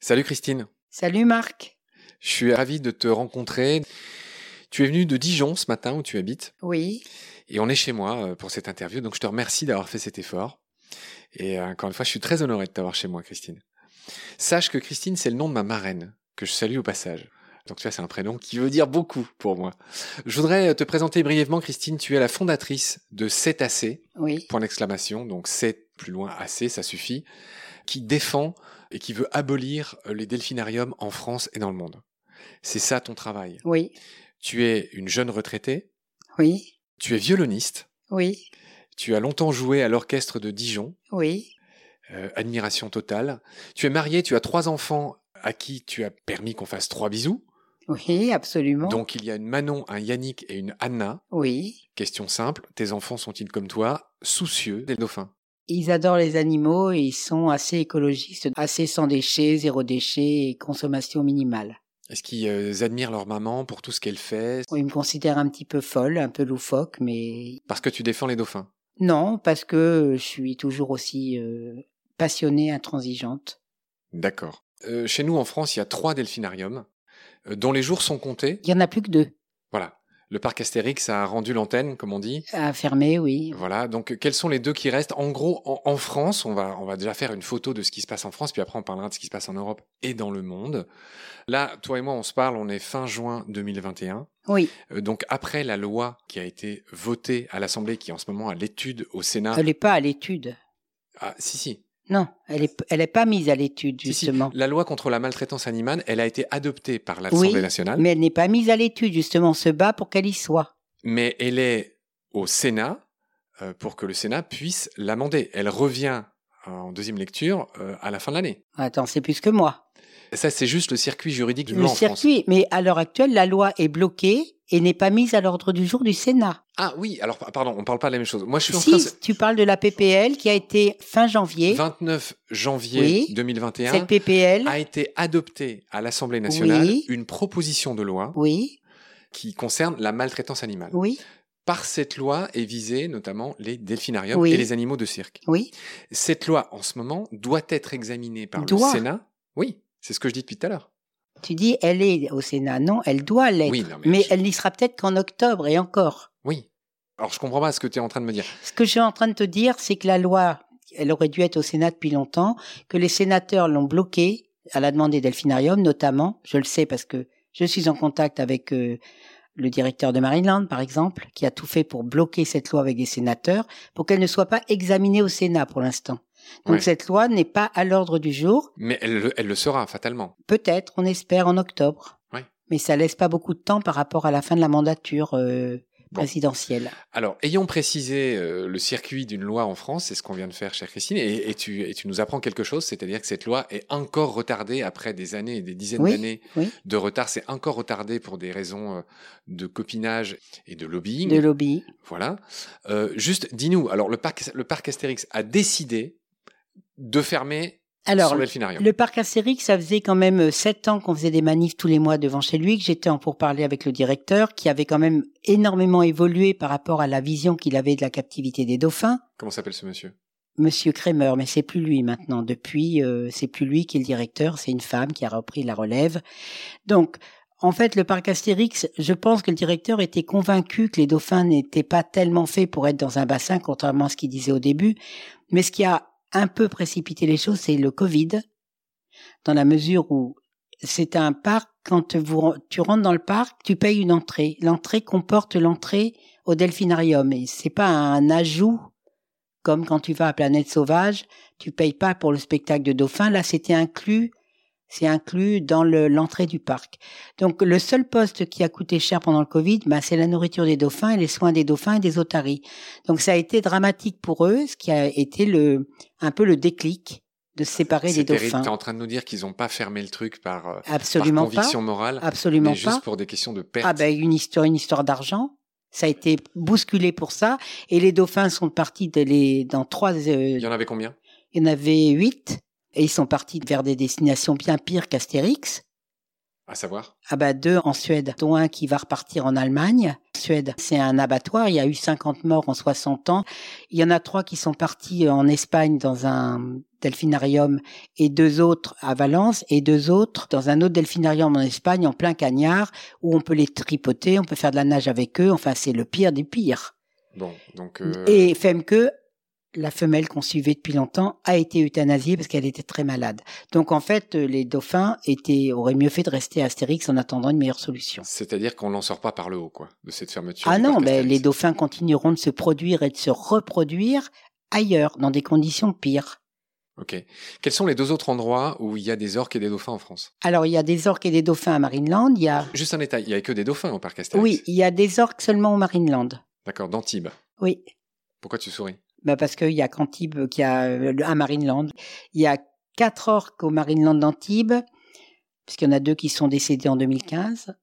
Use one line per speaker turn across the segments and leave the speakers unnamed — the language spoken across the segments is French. Salut Christine,
Salut Marc.
je suis ravi de te rencontrer. Tu es venue de Dijon ce matin où tu habites
Oui,
et on est chez moi euh, pour cette interview, donc je te remercie d'avoir fait cet effort. Et euh, encore une fois, je suis très honoré de t'avoir chez moi Christine. Sache que Christine, c'est le nom de ma marraine, que je salue au passage. Donc tu vois, c'est un prénom qui veut dire beaucoup pour moi. Je voudrais euh, te présenter brièvement Christine, tu es la fondatrice de Cétacé,
oui,
point d'exclamation, donc c'est plus loin assez, ça suffit, qui défend et qui veut abolir euh, les delphinariums en France et dans le monde. C'est ça ton travail.
oui,
Tu es une jeune retraitée,
oui,
tu es violoniste,
oui,
tu as longtemps joué à l'orchestre de Dijon,
oui,
euh, admiration totale. Tu es mariée, tu as trois enfants à qui tu as permis qu'on fasse trois bisous.
oui, absolument.
Donc il y a une Manon, un Yannick et une Anna.
Oui,
Question simple, tes enfants sont-ils comme toi, soucieux des dauphins
ils adorent les animaux et ils sont assez écologistes, assez sans déchets, zéro déchet et consommation minimale.
Est-ce qu'ils euh, admirent leur maman pour tout ce qu'elle fait
Ils me considèrent un petit peu folle, un peu loufoque, mais
Parce que tu défends les dauphins.
non, parce que je suis toujours aussi euh, passionnée, intransigeante.
D'accord. Euh, chez nous, en France, il y a trois delphinariums euh, dont les jours sont comptés.
Il y en a plus que deux
Voilà. Le parc Astérix a rendu l'antenne, comme on dit.
à fermer, oui.
Voilà. Donc, euh, quels sont les deux qui restent En gros, en, en France, on va, on va déjà faire une photo de ce qui se passe en France, puis après, on parlera de ce qui se passe en Europe et dans le monde. Là, toi et moi, on se parle, on est fin juin 2021.
Oui,
Euh, donc, après la loi qui a été votée à l'Assemblée, qui est en ce moment à l'étude au Sénat.
elle n'est pas à l'étude.
Ah, si, si.
Non, elle n'est elle est pas mise à l'étude,
Si, si.
justement.
La loi contre la maltraitance animale, elle a été adoptée par l'Assemblée nationale.
Mais elle n'est pas mise à l'étude, justement, on se bat pour qu'elle y soit.
mais elle est au Sénat euh, pour que le Sénat puisse l'amender. Elle revient euh, en deuxième lecture euh, à la fin de l'année.
Attends, c'est plus que moi.
Ça, c'est juste le circuit juridique du
Le
moment en France.
circuit, mais à l'heure actuelle, la loi est bloquée et n'est pas mise à l'ordre du jour du Sénat.
Ah oui, alors pa- pardon, on parle pas de la même chose. Moi, je suis en train
Si tu parles de la PPL qui a été fin
de-
janvier,
29 janvier
Oui. cette
2021
PPL,
a été adoptée à l'Assemblée nationale
Oui.
une proposition de loi
oui,
qui concerne la maltraitance animale.
oui,
Par cette loi est visée notamment les delphinariums
Oui.
et les animaux de cirque.
oui,
Cette loi, en ce moment, doit être examinée par
Doit.
le Sénat. Oui, c'est ce que je dis depuis tout à l'heure.
tu dis elle est au Sénat, non, elle doit l'être,
Oui, non, mais
mais,
je-
elle n'y sera peut-être qu'en octobre et encore.
Oui. Alors, je comprends pas ce que tu es en train de me dire.
Ce que je suis en train de te dire, c'est que la loi, elle aurait dû être au Sénat depuis longtemps, que les sénateurs l'ont bloquée, à la demande des Delphinariums notamment, je le sais parce que je suis en contact avec euh, le directeur de Marineland, par exemple, qui a tout fait pour bloquer cette loi avec les sénateurs, pour qu'elle ne soit pas examinée au Sénat pour l'instant. Donc
Ouais.
cette loi n'est pas à l'ordre du jour,
Mais elle, le- elle le sera, fatalement.
peut-être, on espère, en octobre.
Ouais.
Mais ça laisse pas beaucoup de temps par rapport à la fin de la mandature euh,
Bon.
présidentielle.
Alors, ayons précisé euh, le circuit d'une loi en France, c'est ce qu'on vient de faire, chère Christine, et, et tu, et tu nous apprends quelque chose, c'est-à-dire que cette loi est encore retardée après des années et des dizaines
Oui,
d'années
oui.
de retard. C'est encore retardé pour des raisons euh, de copinage et de lobbying.
De lobby.
Voilà. Euh, juste, dis-nous, alors, le parc, le parc Astérix a décidé de fermer
Alors,
son delphinarium.
Le parc Astérix, ça faisait quand même euh, sept ans qu'on faisait des manifs tous les mois devant chez lui, que j'étais en pourparlers avec le directeur, qui avait quand même énormément évolué par rapport à la vision qu'il avait de la captivité des dauphins.
Comment s'appelle ce monsieur
Monsieur Kramer, mais c'est plus lui maintenant. Depuis, euh, c'est plus lui qui est le directeur, c'est une femme qui a repris la relève. Donc, en fait, le parc Astérix, je pense que le directeur était convaincu que les dauphins n'étaient pas tellement faits pour être dans un bassin, contrairement à ce qu'il disait au début. Mais ce qui a un peu précipité les choses, c'est le Covid, dans la mesure où c'est un parc, quand vous- tu rentres dans le parc, tu payes une entrée. L'entrée comporte l'entrée au delphinarium et c'est pas un ajout comme quand tu vas à Planète Sauvage, tu payes pas pour le spectacle de dauphin. Là, c'était inclus, c'est inclus dans le- l'entrée du parc. Donc, le seul poste qui a coûté cher pendant le Covid, bah, c'est la nourriture des dauphins et les soins des dauphins et des otaries. Donc, ça a été dramatique pour eux, ce qui a été le, un peu le déclic de se séparer
C'est
des
terrible,
dauphins.
T'es en train de nous dire qu'ils n'ont pas fermé le truc par, euh,
Absolument
par conviction morale,
pas. Absolument
mais juste
pas.
pour des questions de perte.
Ah ben une histoire, une histoire d'argent. Ça a été bousculé pour ça. Et les dauphins sont partis de les, dans trois. euh,
Il y en avait combien
il y en avait huit. Et ils sont partis vers des destinations bien pires qu'Astérix.
À savoir
Ah bah deux en Suède, dont un qui va repartir en Allemagne. En Suède, c'est un abattoir, il y a eu 50 morts en 60 ans. Il y en a trois qui sont partis euh, en Espagne dans un delphinarium et deux autres à Valence et deux autres dans un autre delphinarium en Espagne en plein cagnard où on peut les tripoter, on peut faire de la nage avec eux, enfin c'est le pire des pires.
Bon, donc. euh,
Et Femke, la femelle qu'on suivait depuis longtemps, a été euthanasiée parce qu'elle était très malade. Donc en fait, euh, les dauphins étaient, auraient mieux fait de rester astérix en attendant une meilleure solution.
C'est-à-dire qu'on n'en sort pas par le haut, quoi, de cette fermeture.
Ah
du
non,
parc
mais
Astérix.
les dauphins continueront de se produire et de se reproduire ailleurs, dans des conditions pires.
Ok. Quels sont les deux autres endroits où il y a des orques et des dauphins en France
Alors il y a des orques et des dauphins à Marineland, il y a...
Juste un détail, il n'y a que des dauphins au parc Astérix.
Oui, il y a des orques seulement au Marineland.
D'accord, d'Antibes.
Oui,
Pourquoi tu souris
bah parce qu'il y a qu'Antibes qui a euh, le- à Marineland. Il y a quatre orques au Marineland d'Antibes, puisqu'il y en a deux qui sont décédés en 2015.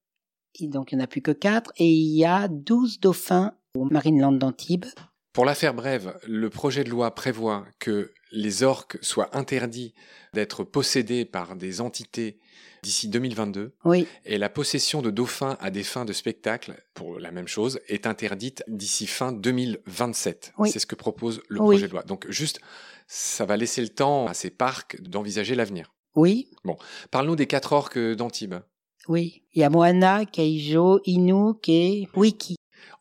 Et donc il n'y en a plus que quatre. Et il y a 12 dauphins au Marineland d'Antibes.
Pour la faire brève, le projet de loi prévoit que les orques soient interdits d'être possédés par des entités d'ici 2022
Oui,
et la possession de dauphins à des fins de spectacle, pour la même chose, est interdite d'ici fin 2027.
Oui.
C'est ce que propose le
Oui.
projet de loi. Donc juste, ça va laisser le temps à ces parcs d'envisager l'avenir.
oui,
Parle-nous des quatre orques d'Antibes.
oui. Il y a Moana, Keijo, Inuk et Wiki.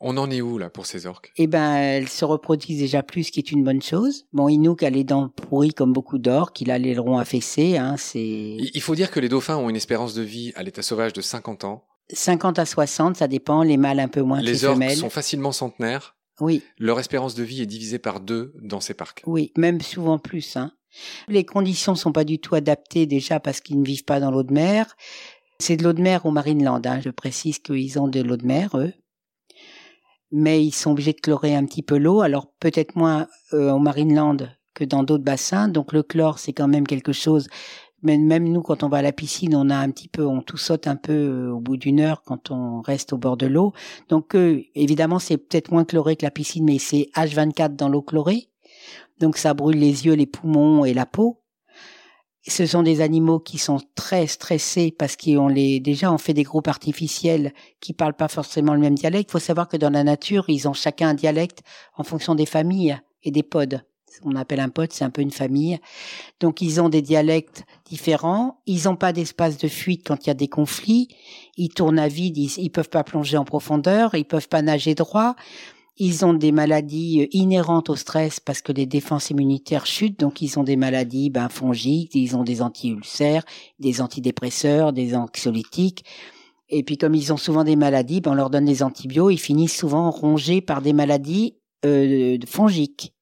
On en est où là pour ces orques
Eh ben, elles se reproduisent déjà plus, ce qui est une bonne chose. Bon, Inuk a les dents pourries comme beaucoup d'orques. Il a l'aileron affaissé. Hein, c'est
Il il faut dire que les dauphins ont une espérance de vie à l'état sauvage de 50 ans.
50 à 60, ça dépend. Les mâles un peu moins que les
les orques
femelles.
sont facilement centenaires.
Oui.
Leur espérance de vie est divisée par deux dans ces parcs.
Oui, même souvent plus. Hein. Les conditions sont pas du tout adaptées déjà parce qu'ils ne vivent pas dans l'eau de mer. C'est de l'eau de mer au Marineland. Hein. Je précise qu'ils ont de l'eau de mer, eux. Mais ils sont obligés de chlorer un petit peu l'eau, alors peut-être moins euh, au Marineland que dans d'autres bassins. Donc le chlore, c'est quand même quelque chose. Mais même nous, quand on va à la piscine, on a un petit peu, on tout saute un peu euh, au bout d'une heure quand on reste au bord de l'eau. Donc eux, évidemment, c'est peut-être moins chloré que la piscine, mais c'est H24 dans l'eau chlorée. Donc ça brûle les yeux, les poumons et la peau. Ce sont des animaux qui sont très stressés parce qu'on les déjà on fait des groupes artificiels qui parlent pas forcément le même dialecte. Il faut savoir que dans la nature, ils ont chacun un dialecte en fonction des familles et des pods. On appelle un pod, c'est un peu une famille. Donc ils ont des dialectes différents. Ils n'ont pas d'espace de fuite quand il y a des conflits. Ils tournent à vide. Ils, ils peuvent pas plonger en profondeur. Ils peuvent pas nager droit. Ils ont des maladies euh, inhérentes au stress parce que les défenses immunitaires chutent, donc ils ont des maladies ben, fongiques, ils ont des anti-ulcères, des antidépresseurs, des anxiolytiques. Et puis comme ils ont souvent des maladies, ben, on leur donne des antibiotiques, ils finissent souvent rongés par des maladies euh, fongiques.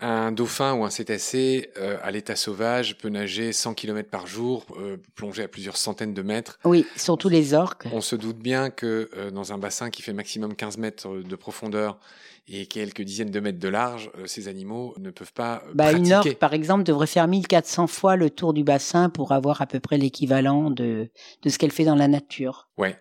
Un dauphin ou un cétacé euh, à l'état sauvage peut nager 100 km par jour, euh, plonger à plusieurs centaines de mètres.
Oui, surtout les orques.
On se doute bien que euh, dans un bassin qui fait maximum 15 mètres euh, de profondeur et quelques dizaines de mètres de large, euh, ces animaux ne peuvent pas euh,
Bah, une orque,
pratiquer.
par exemple, devrait faire 1400 fois le tour du bassin pour avoir à peu près l'équivalent de, de ce qu'elle fait dans la nature.
Ouais,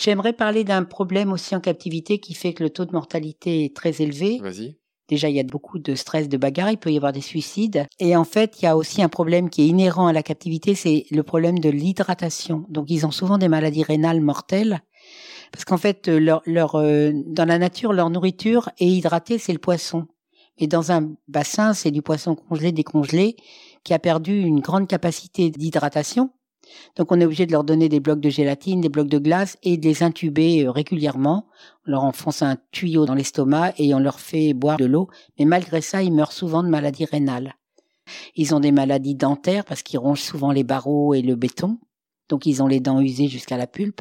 J'aimerais parler d'un problème aussi en captivité qui fait que le taux de mortalité est très élevé.
vas-y.
Déjà, il y a beaucoup de stress, de bagarre, il peut y avoir des suicides. Et en fait, il y a aussi un problème qui est inhérent à la captivité, c'est le problème de l'hydratation. Donc, ils ont souvent des maladies rénales mortelles. Parce qu'en fait, euh, leur, leur, euh, dans la nature, leur nourriture est hydratée, c'est le poisson. Et dans un bassin, c'est du poisson congelé, décongelé, qui a perdu une grande capacité d'hydratation. Donc, on est obligé de leur donner des blocs de gélatine, des blocs de glace et de les intuber euh, régulièrement. On leur enfonce un tuyau dans l'estomac et on leur fait boire de l'eau, mais malgré ça, ils meurent souvent de maladies rénales. Ils ont des maladies dentaires parce qu'ils rongent souvent les barreaux et le béton, donc ils ont les dents usées jusqu'à la pulpe.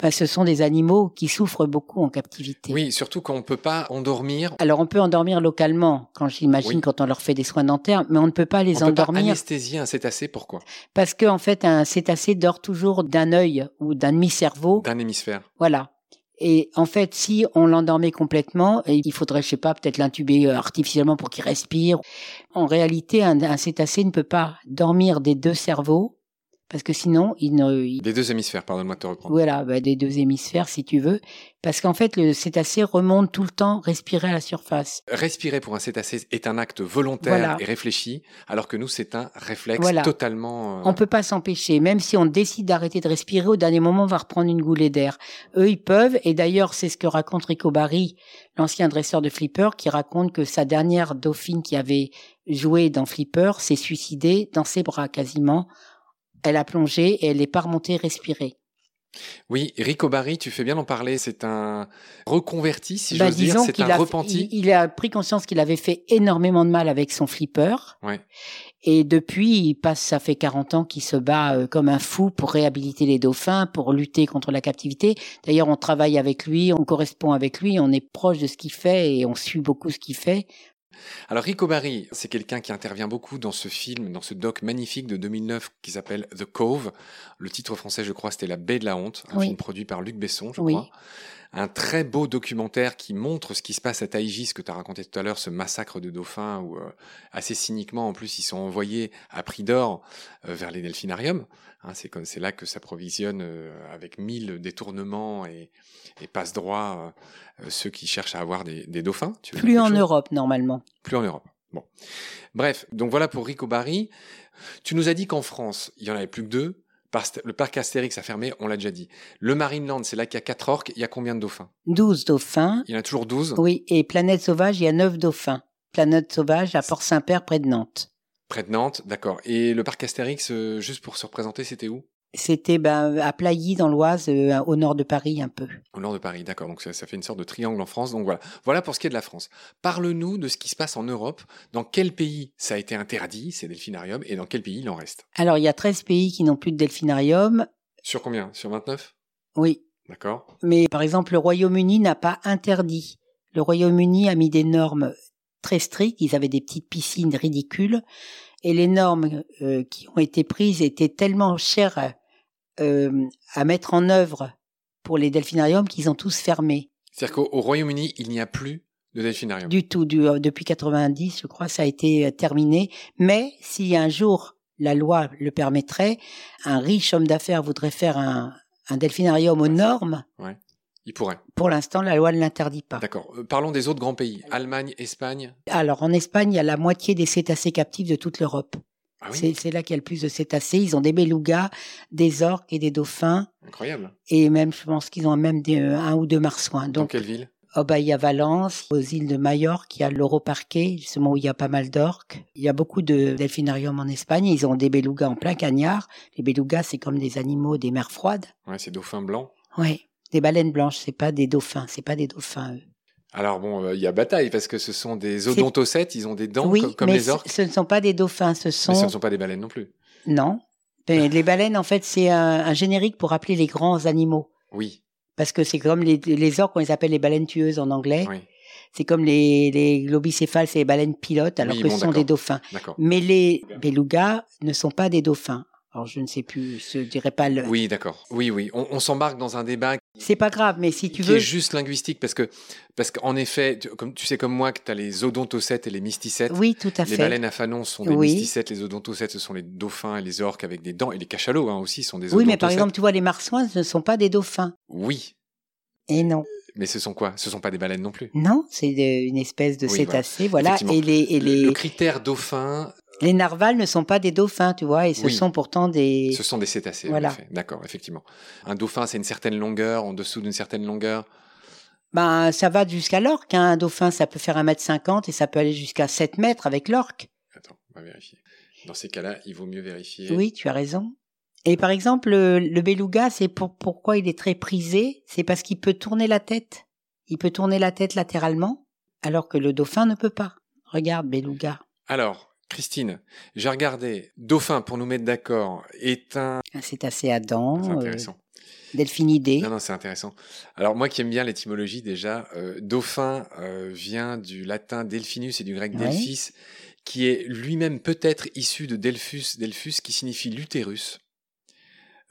Enfin, ce sont des animaux qui souffrent beaucoup en captivité.
Oui, surtout qu'on ne peut pas endormir,
Alors on peut endormir localement, quand j'imagine
Oui.
quand on leur fait des soins dentaires, mais on ne peut pas les
on ne peut pas
endormir
anesthésier un cétacé, pourquoi
parce qu'en fait un cétacé dort toujours d'un œil ou d'un demi-cerveau
D'un hémisphère.
Voilà. Et en fait, si on l'endormait complètement, et il faudrait, je sais pas, peut-être l'intuber euh, artificiellement pour qu'il respire. En réalité, un, un cétacé ne peut pas dormir des deux cerveaux Parce que sinon, il ne. il-
Des deux hémisphères, pardonne-moi de te reprendre.
Voilà, bah, des deux hémisphères, si tu veux. Parce qu'en fait, le cétacé remonte tout le temps, respirer à la surface.
Respirer pour un cétacé est un acte volontaire
Voilà.
et réfléchi, alors que nous, c'est un réflexe
Voilà.
totalement... euh,
On peut pas s'empêcher, même si on décide d'arrêter de respirer, au dernier moment, on va reprendre une goulée d'air. Eux, ils peuvent, et d'ailleurs, c'est ce que raconte Rico Barry, l'ancien dresseur de Flipper, qui raconte que sa dernière dauphine qui avait joué dans Flipper s'est suicidée dans ses bras, quasiment. Elle a plongé et elle n'est pas remontée respirer.
Oui, Rico Barry, tu fais bien d'en parler, c'est un reconverti, si
Bah,
j'ose dire,
disons
c'est
qu'il
un
a,
repenti.
Il, il a pris conscience qu'il avait fait énormément de mal avec son flipper.
Ouais.
Et depuis, il passe, ça fait 40 ans qu'il se bat euh, comme un fou pour réhabiliter les dauphins, pour lutter contre la captivité. D'ailleurs, on travaille avec lui, on correspond avec lui, on est proche de ce qu'il fait et on suit beaucoup ce qu'il fait.
Alors Rico Barry, c'est quelqu'un qui intervient beaucoup dans ce film, dans ce doc magnifique de 2009 qui s'appelle The Cove. Le titre français, je crois, c'était La baie de la honte, un
Oui.
film produit par Luc Besson, je
Oui.
crois. Un très beau documentaire qui montre ce qui se passe à Taïgi, ce que tu as raconté tout à l'heure, ce massacre de dauphins où, euh, assez cyniquement, en plus, ils sont envoyés à prix d'or euh, vers les delphinariums. Hein, c'est comme c'est là que ça provisionne euh, avec mille détournements et, et passe droit ceux qui cherchent à avoir des, des dauphins. Tu veux dire
Plus
quelque
en
chose
Europe, normalement.
plus en Europe. Bon. Bref, donc voilà pour Rico Barry. Tu nous as dit qu'en France, il y en avait plus que deux. Parce- Le parc Astérix a fermé, on l'a déjà dit. Le Marineland, c'est là qu'il y a quatre orques. Il y a combien de dauphins
12 dauphins.
Il y en a toujours 12,
Oui, et Planète Sauvage, il y a 9 dauphins. Planète Sauvage à Port-Saint-Père, près de Nantes.
près de Nantes, d'accord. Et le parc Astérix, euh, juste pour se représenter, c'était où
C'était ben, à Plailly, dans l'Oise, euh, au nord de Paris, un peu.
Au nord de Paris, d'accord. Donc ça, ça fait une sorte de triangle en France. Donc voilà. Voilà pour ce qui est de la France. Parle-nous de ce qui se passe en Europe. Dans quel pays ça a été interdit, ces delphinariums, et dans quel pays il en reste
Alors, il y a 13 pays qui n'ont plus de delphinarium.
Sur combien Sur 29
Oui.
D'accord
Mais par exemple, le Royaume-Uni n'a pas interdit. Le Royaume-Uni a mis des normes très strictes. Ils avaient des petites piscines ridicules. Et les normes euh, qui ont été prises étaient tellement chères euh, à mettre en œuvre pour les delphinariums qu'ils ont tous fermé.
C'est-à-dire qu'au au Royaume-Uni, il n'y a plus de delphinariums.
Du tout, du- euh, depuis 90, je crois, ça a été euh, terminé. Mais si un jour la loi le permettrait, un riche homme d'affaires voudrait faire un, un delphinarium aux normes.
Il pourrait.
Pour l'instant, la loi ne l'interdit pas.
D'accord. Euh, Parlons des autres grands pays. Allemagne, Espagne.
Alors, en Espagne, il y a la moitié des cétacés captifs de toute l'Europe.
Ah
C'est-
oui,
C'est là qu'il y a le plus de cétacés. Ils ont des belugas, des orques et des dauphins.
incroyable.
Et même, je pense qu'ils ont même des, euh, un ou deux marsouins.
Dans
Donc,
quelle ville
oh bah, il y a Valence, aux îles de Majorque, il y a l'Europarquet, justement, où il y a pas mal d'orques. Il y a beaucoup de delphinariums en Espagne. Ils ont des belugas en plein cagnard. Les belugas, c'est comme des animaux des mers froides.
Ouais, c'est Dauphin Blanc.
Ouais. Des baleines blanches, c'est pas des dauphins, c'est pas des dauphins, eux.
Alors bon, euh, il y a bataille parce que ce sont des odontocètes, ils ont des dents
oui,
comme, comme
mais
les
ce-
orques.
ce ne sont pas des dauphins, ce sont
Mais ce ne sont pas des baleines non plus.
Non. Ben, les baleines, en fait, c'est un, un générique pour appeler les grands animaux.
Oui,
Parce que c'est comme les, les orques, on les appelle les baleines tueuses en anglais.
oui,
C'est comme les, les globicéphales, c'est les baleines pilotes, alors
Oui,
que
bon,
ce sont
d'accord.
des dauphins.
d'accord.
Mais les belugas ne sont pas des dauphins. Alors, je ne sais plus, je dirais pas le.
Oui, d'accord. Oui, oui. On, on s'embarque dans un débat
C'est pas grave, mais si tu
qui
veux.
est juste linguistique parce que parce qu'en effet, tu, comme tu sais comme moi que tu as les odontocètes et les mysticètes.
Oui, tout à
Les
fait.
baleines à fanons sont des
Oui.
mysticètes, les odontocètes ce sont les dauphins et les orques avec des dents et les cachalots hein, aussi sont des
oui,
odontocètes.
mais par exemple, tu vois, les marsouins ce ne sont pas des dauphins.
Oui,
Et non.
mais ce sont quoi Ce sont pas des baleines non plus.
Non, c'est de- une espèce de
Oui,
cétacé, voilà.
Effectivement.
Et les, et
Le-
les,
Le critère dauphin,
les narvals ne sont pas des dauphins, tu vois, et ce
Oui.
sont pourtant des.
ce sont des cétacés. en
Voilà.
effet. D'accord, effectivement. Un dauphin, c'est une certaine longueur, en dessous d'une certaine longueur.
Ben, ça va jusqu'à l'orque. hein. Un dauphin, ça peut faire 1m50 et ça peut aller jusqu'à 7 mètres avec l'orque.
Attends, on va vérifier. Dans ces cas-là, il vaut mieux vérifier.
Oui, tu as raison. Et par exemple, le, le beluga, c'est pour, pourquoi il est très prisé C'est parce qu'il peut tourner la tête. Il peut tourner la tête latéralement, alors que le dauphin ne peut pas. Regarde, beluga.
Alors, Christine, j'ai regardé. Dauphin, pour nous mettre d'accord, est un.
Ah, C'est assez à dents,
c'est
euh,
intéressant.
delphinidé.
Non, non, c'est intéressant. Alors, moi qui aime bien l'étymologie déjà, euh, dauphin euh, vient du latin delphinus et du grec
Ouais.
delphis, qui est lui-même peut-être issu de Delphus, Delphus qui signifie l'utérus,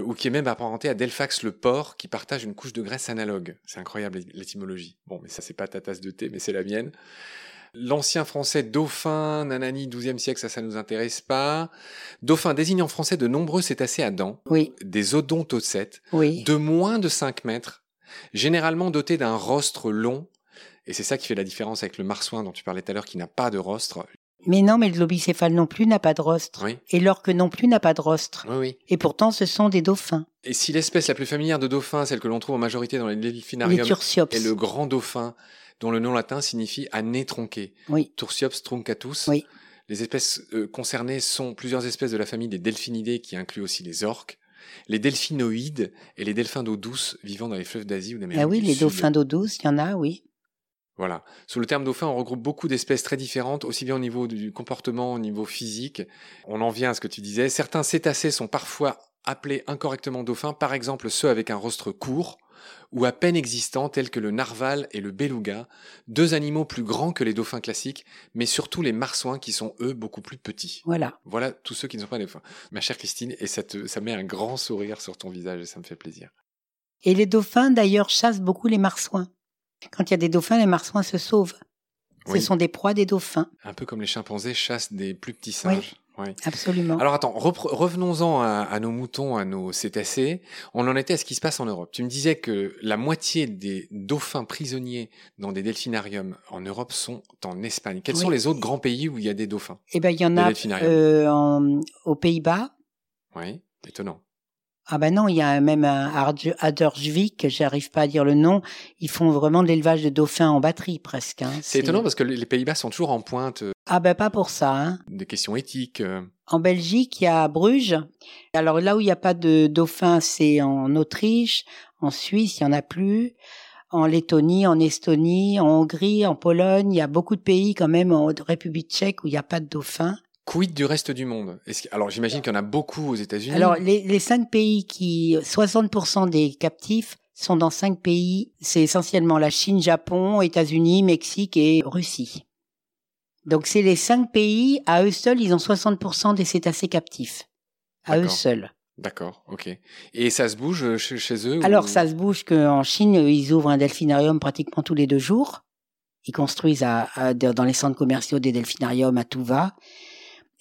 ou qui est même apparenté à Delphax le porc, qui partage une couche de graisse analogue. C'est incroyable l'étymologie. Bon, mais ça, c'est pas ta tasse de thé, mais c'est la mienne. l'ancien français dauphin, nanani, 12e siècle, ça, ça nous intéresse pas. Dauphin désigne en français de nombreux cétacés à dents,
Oui,
des odontocètes,
oui.
de moins de 5 mètres, généralement dotés d'un rostre long. Et c'est ça qui fait la différence avec le marsouin dont tu parlais tout à l'heure, qui n'a pas de rostre.
Mais non, mais le globicéphale non plus n'a pas de rostre.
Oui,
Et l'orque non plus n'a pas de rostre.
oui, oui.
Et pourtant, ce sont des dauphins,
Et si l'espèce la plus familière de dauphins, celle que l'on trouve en majorité dans les
les
delphinariums,
tursiops.
est le grand dauphin, dont le nom latin signifie à nez tronqué.
Oui.
Tursiops truncatus.
Oui.
Les espèces euh, concernées sont plusieurs espèces de la famille des delphinidés qui incluent aussi les orques, les delphinoïdes et les delphins d'eau douce vivant dans les fleuves d'Asie ou d'Amérique.
Ah oui,
du
les
Sud.
dauphins d'eau douce, il y en a, oui.
Voilà. Sous le terme dauphin, on regroupe beaucoup d'espèces très différentes, aussi bien au niveau du comportement, au niveau physique. On en vient à ce que tu disais. Certains cétacés sont parfois appelés incorrectement dauphins, par exemple ceux avec un rostre court ou à peine existants tels que le narval et le beluga, deux animaux plus grands que les dauphins classiques, mais surtout les marsouins qui sont eux beaucoup plus petits.
Voilà.
Voilà tous ceux qui ne sont pas dauphins. Ma chère Christine, et ça, te, ça met un grand sourire sur ton visage et ça me fait plaisir.
Et les dauphins, d'ailleurs, chassent beaucoup les marsouins. Quand il y a des dauphins, les marsouins se sauvent.
Oui.
Ce sont des proies des dauphins,
Un peu comme les chimpanzés chassent des plus petits singes. Oui.
absolument.
Alors attends, repre- revenons-en à, à nos moutons, à nos cétacés. On en était à ce qui se passe en Europe. Tu me disais que la moitié des dauphins prisonniers dans des delphinariums en Europe sont en Espagne. Quels
Oui.
sont les autres grands pays où il y a des dauphins
eh ben, il y en
Des
a
delphinariums.
euh, en- aux Pays-Bas. euh,
Oui, étonnant.
Ah ben non, il y a même un Arge- Adersvik, j'arrive pas à dire le nom. Ils font vraiment de l'élevage de dauphins en batterie presque. hein.
C'est étonnant parce que les Pays-Bas sont toujours en pointe euh,
Ah ben pas pour ça. Hein.
des questions éthiques. euh.
En Belgique, il y a Bruges. Alors là où il n'y a pas de dauphins, c'est en Autriche. En Suisse, il n'y en a plus. En Lettonie, en Estonie, en Hongrie, en Pologne, il y a beaucoup de pays quand même, en République tchèque, où il n'y a pas de dauphins.
Quid du reste du monde Est-ce que- Alors j'imagine qu'il y en a beaucoup aux États-Unis.
Alors les, les cinq pays qui, 60% des captifs sont dans cinq pays. C'est essentiellement la Chine, Japon, États-Unis, Mexique et Russie. Donc c'est les cinq pays, à eux seuls, ils ont 60% des cétacés captifs. À eux
D'accord.
seuls.
D'accord, ok. Et ça se bouge euh, chez, chez eux ou-
Alors, ça se bouge qu'en Chine, ils ouvrent un delphinarium pratiquement tous les deux jours. Ils construisent à- à- dans les centres commerciaux des delphinariums à tout va.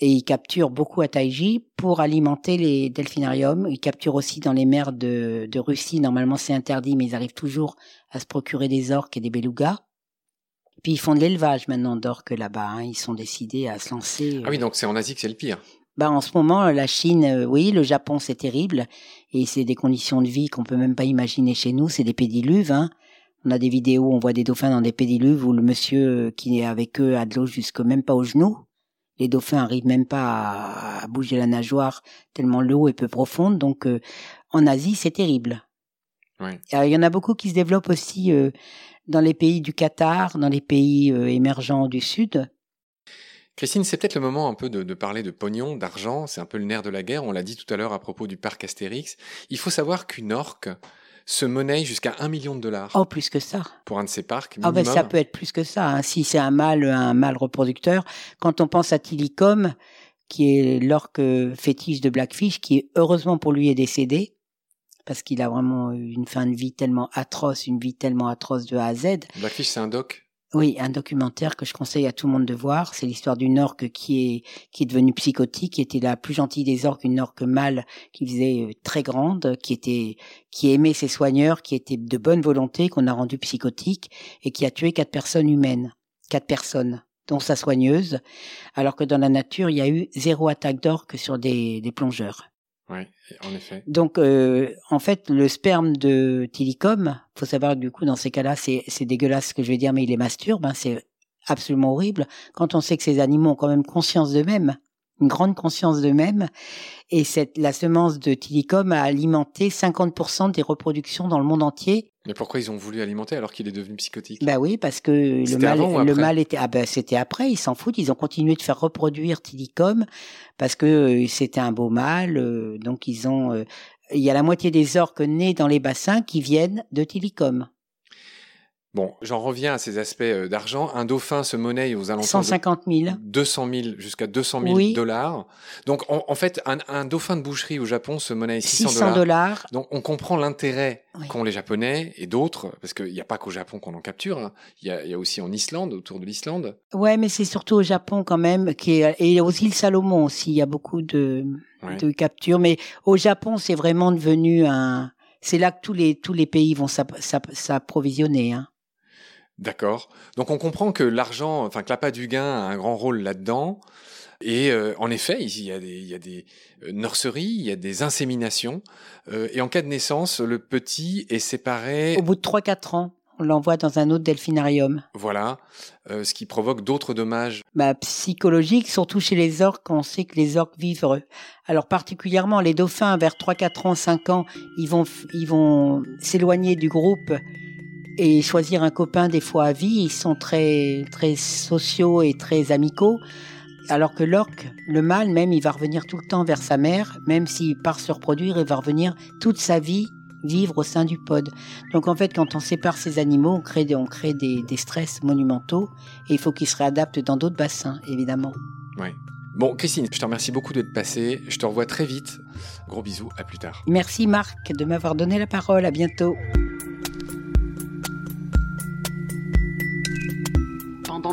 Et ils capturent beaucoup à Taiji pour alimenter les delphinariums. Ils capturent aussi dans les mers de, de Russie. Normalement, c'est interdit, mais ils arrivent toujours à se procurer des orques et des belugas. Puis ils font de l'élevage maintenant d'orques là-bas. hein. Ils sont décidés à se lancer. euh,
Ah oui, donc c'est en Asie que c'est le pire.
Bah, en ce moment, la Chine, euh, oui, le Japon, c'est terrible. Et c'est des conditions de vie qu'on peut même pas imaginer chez nous. C'est des pédiluves, hein. On a des vidéos, on voit des dauphins dans des pédiluves où le monsieur euh, qui est avec eux a de l'eau jusque même pas aux genoux. Les dauphins arrivent même pas à, à bouger la nageoire tellement l'eau est peu profonde. Donc, euh, en Asie, c'est terrible.
Ouais.
Alors, il y en a beaucoup qui se développent aussi euh, dans les pays du Qatar, dans les pays euh, émergents du Sud.
Christine, c'est peut-être le moment un peu de, de parler de pognon, d'argent, c'est un peu le nerf de la guerre, on l'a dit tout à l'heure à propos du parc Astérix. Il faut savoir qu'une orque se monnaie jusqu'à un million de dollars
Oh, plus que ça.
pour un de ses parcs.
Ah ben
minimum.
ça peut être plus que ça. hein. Si c'est un mâle, un mâle reproducteur. Quand on pense à Tilicum, qui est l'orque euh, fétiche de Blackfish, qui heureusement pour lui est décédé, parce qu'il a vraiment eu une fin de vie tellement atroce, une vie tellement atroce de A à Z.
Blackfish, c'est un doc.
Oui, un documentaire que je conseille à tout le monde de voir. C'est l'histoire d'une orque qui est, qui est devenue psychotique, qui était la plus gentille des orques, une orque mâle qui faisait euh, très grande, qui était, qui aimait ses soigneurs, qui était de bonne volonté, qu'on a rendue psychotique et qui a tué quatre personnes humaines. Quatre personnes, dont sa soigneuse. Alors que dans la nature, il y a eu zéro attaque d'orque sur des, des plongeurs.
Oui, en effet.
Donc, euh, en fait, le sperme de Tilicum, faut savoir que du coup, dans ces cas-là, c'est c'est dégueulasse ce que je vais dire, mais il est masturbe, hein, c'est absolument horrible. Quand on sait que ces animaux ont quand même conscience d'eux-mêmes, une grande conscience d'eux-mêmes, et cette, la semence de Tilicum a alimenté 50% des reproductions dans le monde entier.
Mais pourquoi ils ont voulu alimenter alors qu'il est devenu psychotique
Bah oui, parce que le
C'était
mâle,
avant ou
le
après
mâle était, ah ben c'était après, ils s'en foutent, ils ont continué de faire reproduire Tilicum parce que euh, c'était un beau mâle, euh, donc ils ont, euh, il y a la moitié des orques nés dans les bassins qui viennent de Tilicum.
Bon, j'en reviens à ces aspects euh, d'argent. Un dauphin se monnaie aux alentours
150 000.
de 200 000 jusqu'à 200 000
Oui.
dollars. Donc, en, en fait, un, un dauphin de boucherie au Japon se monnaie 600,
600
dollars.
dollars.
Donc, on comprend l'intérêt
Oui.
qu'ont les Japonais et d'autres, parce qu'il n'y a pas qu'au Japon qu'on en capture. hein. Il y, a- il y a aussi en Islande, autour de l'Islande.
Ouais, mais c'est surtout au Japon quand même, qui est, et aux îles Salomon aussi, il y a beaucoup de,
Ouais.
de captures. Mais au Japon, c'est vraiment devenu un. C'est là que tous les, tous les pays vont s'app- s'app- s'approvisionner. Hein.
D'accord. Donc on comprend que l'argent, enfin que l'appât du gain a un grand rôle là-dedans. Et euh, en effet, il y a des, il y a des euh, nurseries, il y a des inséminations. Euh, et en cas de naissance, le petit est séparé.
Au bout de 3-4 ans, on l'envoie dans un autre delphinarium.
Voilà. Euh, ce qui provoque d'autres dommages.
bah, psychologique, surtout chez les orques, on sait que les orques vivent. euh, Alors particulièrement les dauphins, vers 3, 4 ans, 5 ans, ils vont, f- ils vont s'éloigner du groupe et choisir un copain des fois à vie. Ils sont très, très sociaux et très amicaux. Alors que l'orque, le mâle même, il va revenir tout le temps vers sa mère, même s'il part se reproduire, il va revenir toute sa vie vivre au sein du pod. Donc en fait, quand on sépare ces animaux, on crée des, on crée des, des stress monumentaux et il faut qu'ils se réadaptent dans d'autres bassins, évidemment.
Bon, Christine, je te remercie beaucoup d'être passée. Je te revois très vite. Gros bisous, à plus tard.
Merci Marc de m'avoir donné la parole. À bientôt.
Pendant